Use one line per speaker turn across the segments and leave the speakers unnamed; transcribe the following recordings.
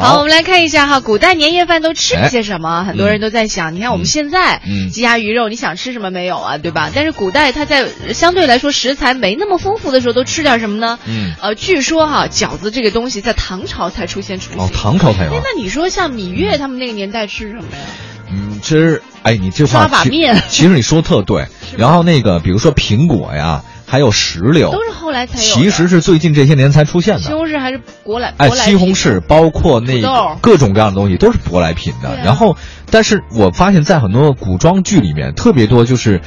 好，我们来看一下哈，古代年夜饭都吃些什么？很多人都在想，你看我们现在
哎嗯
鸡鸭鱼肉，你想吃什么没有啊？对吧？但是古代它在呃相对来说食材没那么丰富的时候，都吃点什么呢？
嗯，
呃，据说哈，饺子这个东西在唐朝才出现雏形。
哦，唐朝才有
哎
啊。
那你说像芈月他们那个年代吃什么呀？
嗯，其实，哎，你这话
刷把
其
面
其实你说特对。然后那个，比如说苹果呀，还有石榴，
都是后来才有的。
哦其实是最近这些年才出现
西
的。
红柿还是舶来，
哎，
舶来
西红
品
柿包括那
土豆
各种各样的东西都是舶来品的。
对啊
然后，但是我发现，在很多古装剧里面，特别多就是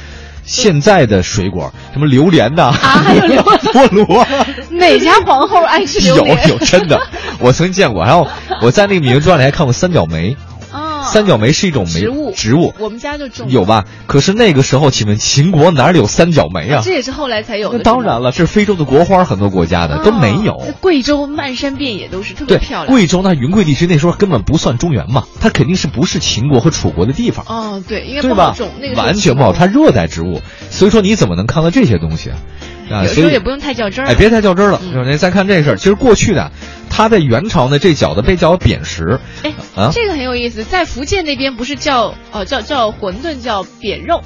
现在的水果，什么榴莲呐、
啊还有榴
菠萝啊。
哪家皇后爱吃榴
有
莲？
有真的，我曾经见过。然后我在那个《芈月传》里还看过三角梅，
啊，
三角梅是一种梅
植物
植物，
我们家就种
有吧？可是那个时候，请问秦国哪里有三角梅啊？
这也是后来才有的。
那
是
当
吗
然了，这是非洲的国花，很多国家呃的、都
哦
没有
在。贵州漫山遍野都是，特别
对
漂，亮。
贵州那云贵地区那时候根本不算中原嘛，它肯定是不是秦国和楚国的地方，
哦，对，应该
对
不好
吧
种，那个？时候
完全不好，它热带植物，所以说你怎么能看到这些东西啊？啊，
有
所
时
以
候也不用太较真儿。
哎，别太较真儿了。
嗯
就是您再看这事儿，其实过去呢，它在元朝呢，这饺子被叫扁食
哎
啊，
这个很有意思，在福建那边不是叫哦叫叫馄饨叫扁肉，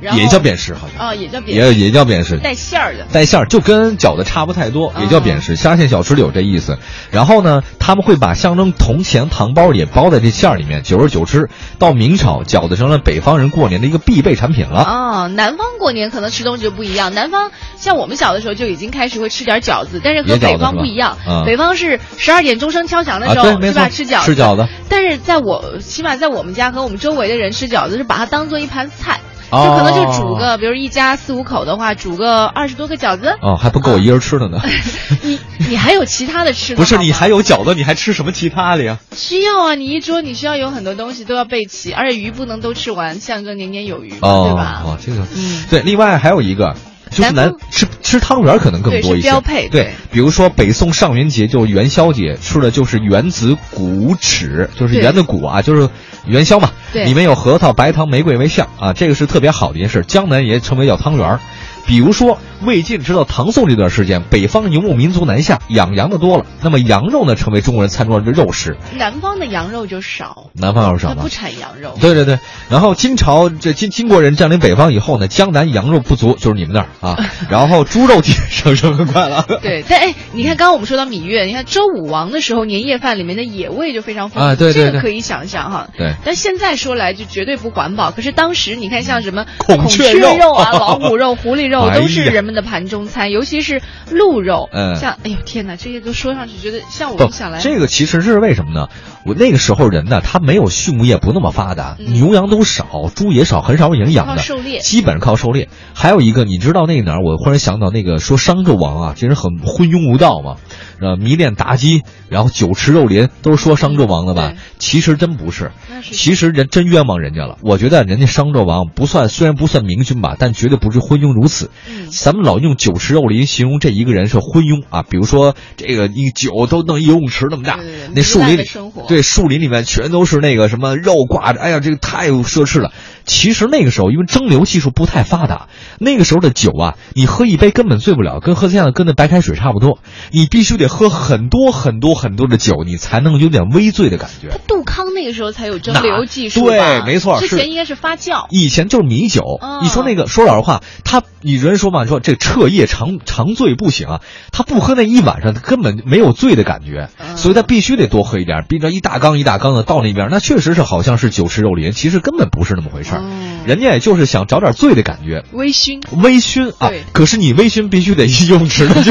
然后
也叫扁食，好像
哦也叫扁
也也叫扁食，
带馅儿的，
带馅儿，就跟饺子差不太
啊
多，也叫扁食。沙县小吃里有这意思。然后呢，他们会把象征铜钱糖包也包在这馅儿里面，久而久之，到明朝，饺子成了北方人过年的一个必备产品了。
啊、南方过年可能吃东西就不一样。南方像我们小的时候就已经开始会吃点饺子，但是和
也饺子
北方
是吧
不一样。
嗯
北方是十二点钟声敲响的
啊，
时候，
对，没
是
错，
吧？吃饺子。
吃饺子，
但是在我起码在我们家和我们周围的人吃饺子是把它当做一盘菜，
哦
啊就可能就煮个，比如一家四五口的话，煮个二十多个饺 子。
哦，还不够我一人吃的
啊
呢。
你你还有其他的吃的
不是，
好吗
你还有饺子，你还吃什么其他的呀？
需要啊？你一桌你需要有很多东西都要备齐，而且鱼不能都吃完，象征年年有余嘛，
哦，
对吧？
哦，这个，
嗯
对，另外还有一个。就是
南
南
方
吃吃汤圆儿可能更
对
多
是
一些，
标配对
比如说北宋上元节就是元宵节，吃的就是元子骨豉，就是
对
元的骨啊，就是元宵嘛。
对
里面有核桃、白糖、玫瑰为馅啊，这个是特别好的一件事。江南也称为叫汤圆儿。比如说魏晋直到唐宋这段时间，北方游牧民族南下，养羊的多了，那么羊肉呢成为中国人餐桌上的肉食。
南方的羊肉就少，
南方有
它
什么
不？产羊肉。
对对对，然后金朝这金金国人占领北方以后呢，江南羊肉不足，就是你们那儿 啊。然后猪肉节生生日快乐
对，但哎，你看刚刚我们说到芈月，你看周武王的时候，年夜饭里面的野味就非常丰富，
啊对对
这个
对
可以想象哈。
对，
但现在说来就绝对不环保。可是当时你看，像什么
孔
雀
雀肉
啊、老虎 肉、狐狸肉，
哎呀
都是人们的盘中餐，尤其是鹿肉。
嗯
像哎呦天哪，这些都说上去觉得像我
不
们想来，
这个其实是为什么呢？我那个时候人呢，他没有畜牧业不那么发达，
嗯
牛羊都少，猪也少，很少有人养
靠
的，
狩猎
基本上靠狩猎。还有一个，你知道那个哪儿？我忽然想到那个说商纣王啊，其实很昏庸无道嘛，呃，迷恋妲己，然后酒池肉林，都说商纣王的吧
对？
其实真不是，
那是
其实人真冤枉人家了。我觉得人家商纣王不算，虽然不算明君吧，但绝对不是昏庸如此。
嗯
咱们老用酒池肉林形容这一个人是昏庸啊，比如说这个一酒都弄一游泳池那么大，
对对对
那树林
糜烂的
里
生活
对树林里面全都是那个什么肉挂着，哎呀，这个太奢侈了。其实那个时候因为蒸馏技术不太发达，那个时候的酒啊，你喝一杯根本醉不了，跟喝现在跟那白开水差不多，你必须得喝很多很多很多的酒，你才能有点微醉的感觉。
杜康那个时候才有蒸
哪
馏技术
对
吧
没错
之
是
前应该是发酵。
以前就是米酒。
哦
你说那个，说老实话，他你人说嘛，说这彻夜长长醉不行啊，他不喝那一晚上，他根本没有醉的感觉，
嗯
所以他必须得多喝一点，逼着一大缸一大缸的到那边，那确实是好像是酒池肉林，其实根本不是那么回事儿，
嗯
人家也就是想找点醉的感觉。
微醺，
微醺啊
对，
可是你微醺必须得 一泳 池的酒，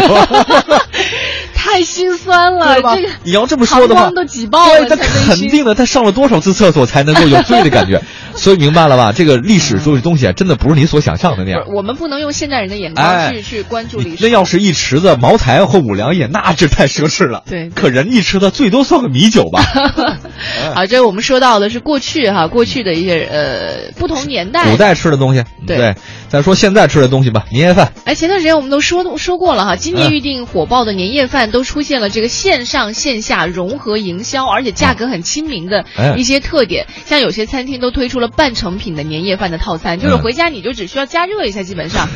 太心酸了，
对吧
呃这个？
你要这么说的
膀
话
胱，都挤爆了
对，他
才微醺
肯定的，他上了多少次厕所才能够有醉的感 觉？所以明白了吧？这个历史这东西啊，真的不是你所想象的那样
不。是我们不能用现代人的眼光
哎
去去关注历
那
史。
要是一池子茅台或五粮液，那这太奢侈了。
对对
可人一池子最多算个米酒 吧。
好，啊这我们说到的是过去哈，过去的一些呃不同年代
古代吃的东西，
对
再说现在吃的东西吧，年夜饭，
哎，前段时间我们都说说过了哈，今年
嗯
预定火爆的年夜饭都出现了这个线上线下融合营销，而且价格很亲民的
哎
一些特点，像有些餐厅都推出了。了半成品的年夜饭的套餐，就是
嗯
回家你就只需要加热一下，基本 上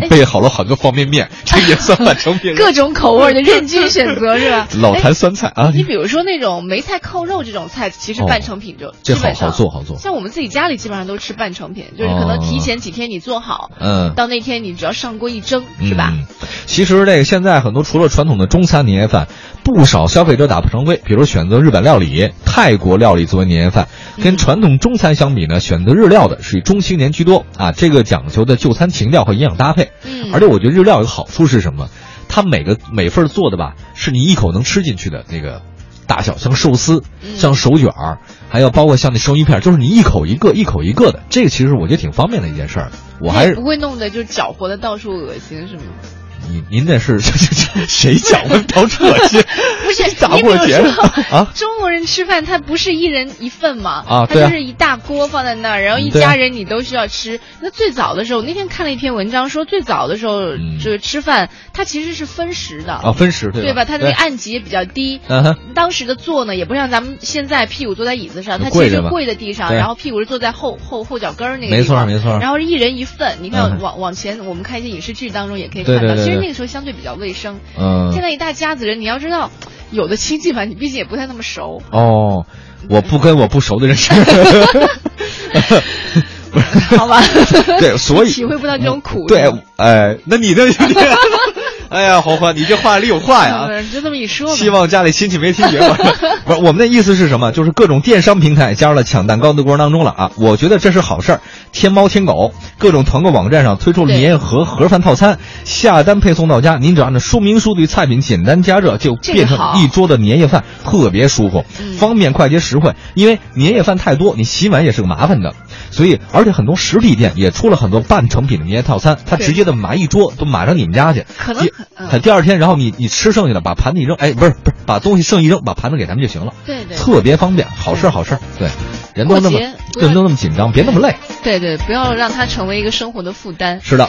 我备好了很多方便面，这 也算半成品。？
各种口味儿的任君选择是吧
老坛酸菜啊，
你比如说那种梅菜扣肉这种菜，其实
哦
半成品就
这
基本
好好
上
做好哦做。
像我们自己家里基本上都吃半成品，就是可能提前几天你做好，
嗯，
到那天你只要上锅一蒸，是吧？
嗯？其实这个现在很多除了传统的中餐年夜饭，不少消费者打破常规，比如选择日本料理、泰国料理作为年夜饭。
嗯
跟传统中餐相比呢，选择日料的是以中青年居多啊，这个讲究的就餐情调和营养搭配。
嗯，
而且我觉得日料有个好处是什么？它每个每份做的吧，是你一口能吃进去的那个大小，像寿司、
嗯
像手卷儿，还有包括像那生鱼片儿，就是你一口一个，一口一个的。这个其实我觉得挺方便的一件事儿。我还
这
是
也不会弄得就搅和的到处恶心 是吗？
您您那是 谁讲的到这些？
不是，
大
你比
过
如
节的
说
啊！
中国人吃饭，他不是一人一份嘛？他
啊对啊
就是一大锅放在那儿，然后一
对啊
家人你都需要吃。那最早的时候，我那天看了一篇文章，说最早的时候
嗯
就是吃饭，它其实是分食的，
啊，分食对吧？
对吧？它的那
对
个按级也比较低。
嗯哼，
当时的坐呢，也不像咱们现在屁股坐在椅子上，
就
它
跪
其实
着嘛
跪在地上，
对
然后屁股是坐在后后后脚跟儿那个
没
地
错
方。
儿没错儿。
然后是一人一份，你看
嗯
往往前我们看一些影视剧当中也可以看
对
到，
对对
其实
对
那个时候相对比较卫生。
嗯
现在一大家子人，你要知道，有的亲戚吧，你毕竟也不太那么 熟。
哦，我不跟我不熟 的人 吃。不是
好吧
对，所以
体会不到这种苦
对
是吧，
哎，那你呢？ 你哎呀，黄欢，你这话里有话哎呀！
嗯就这么一说吧。
希望家里亲戚没听 明白。不是，我们的意思是什么？就是各种电商平台加入了抢蛋糕的过程当中了啊！我觉得这是好事儿。天猫、天狗各种团购网站上推出了
对
年夜盒盒饭套餐，下单配送到家，您只要按照说明书对菜品简单加热，就
这个
变成
好
一桌的年夜饭，特别舒服，
嗯
方便快捷实惠。因为年夜饭太多，你洗碗也是个麻烦的，所以而且很多实体店也出了很多半成品的年夜套餐，它
对
直接的买一桌都买上你们家去。
可能
第
嗯
第二天，然后你你吃剩下的，把盘子一扔，哎，不是不是，把东西剩一扔，把盘子给咱们就行了，
对对
特别方便，好事儿好事儿。对，人都那么
过节不要
人都那么紧张，别那么累。
对对，不要让它成为一个生活的负担。
是的。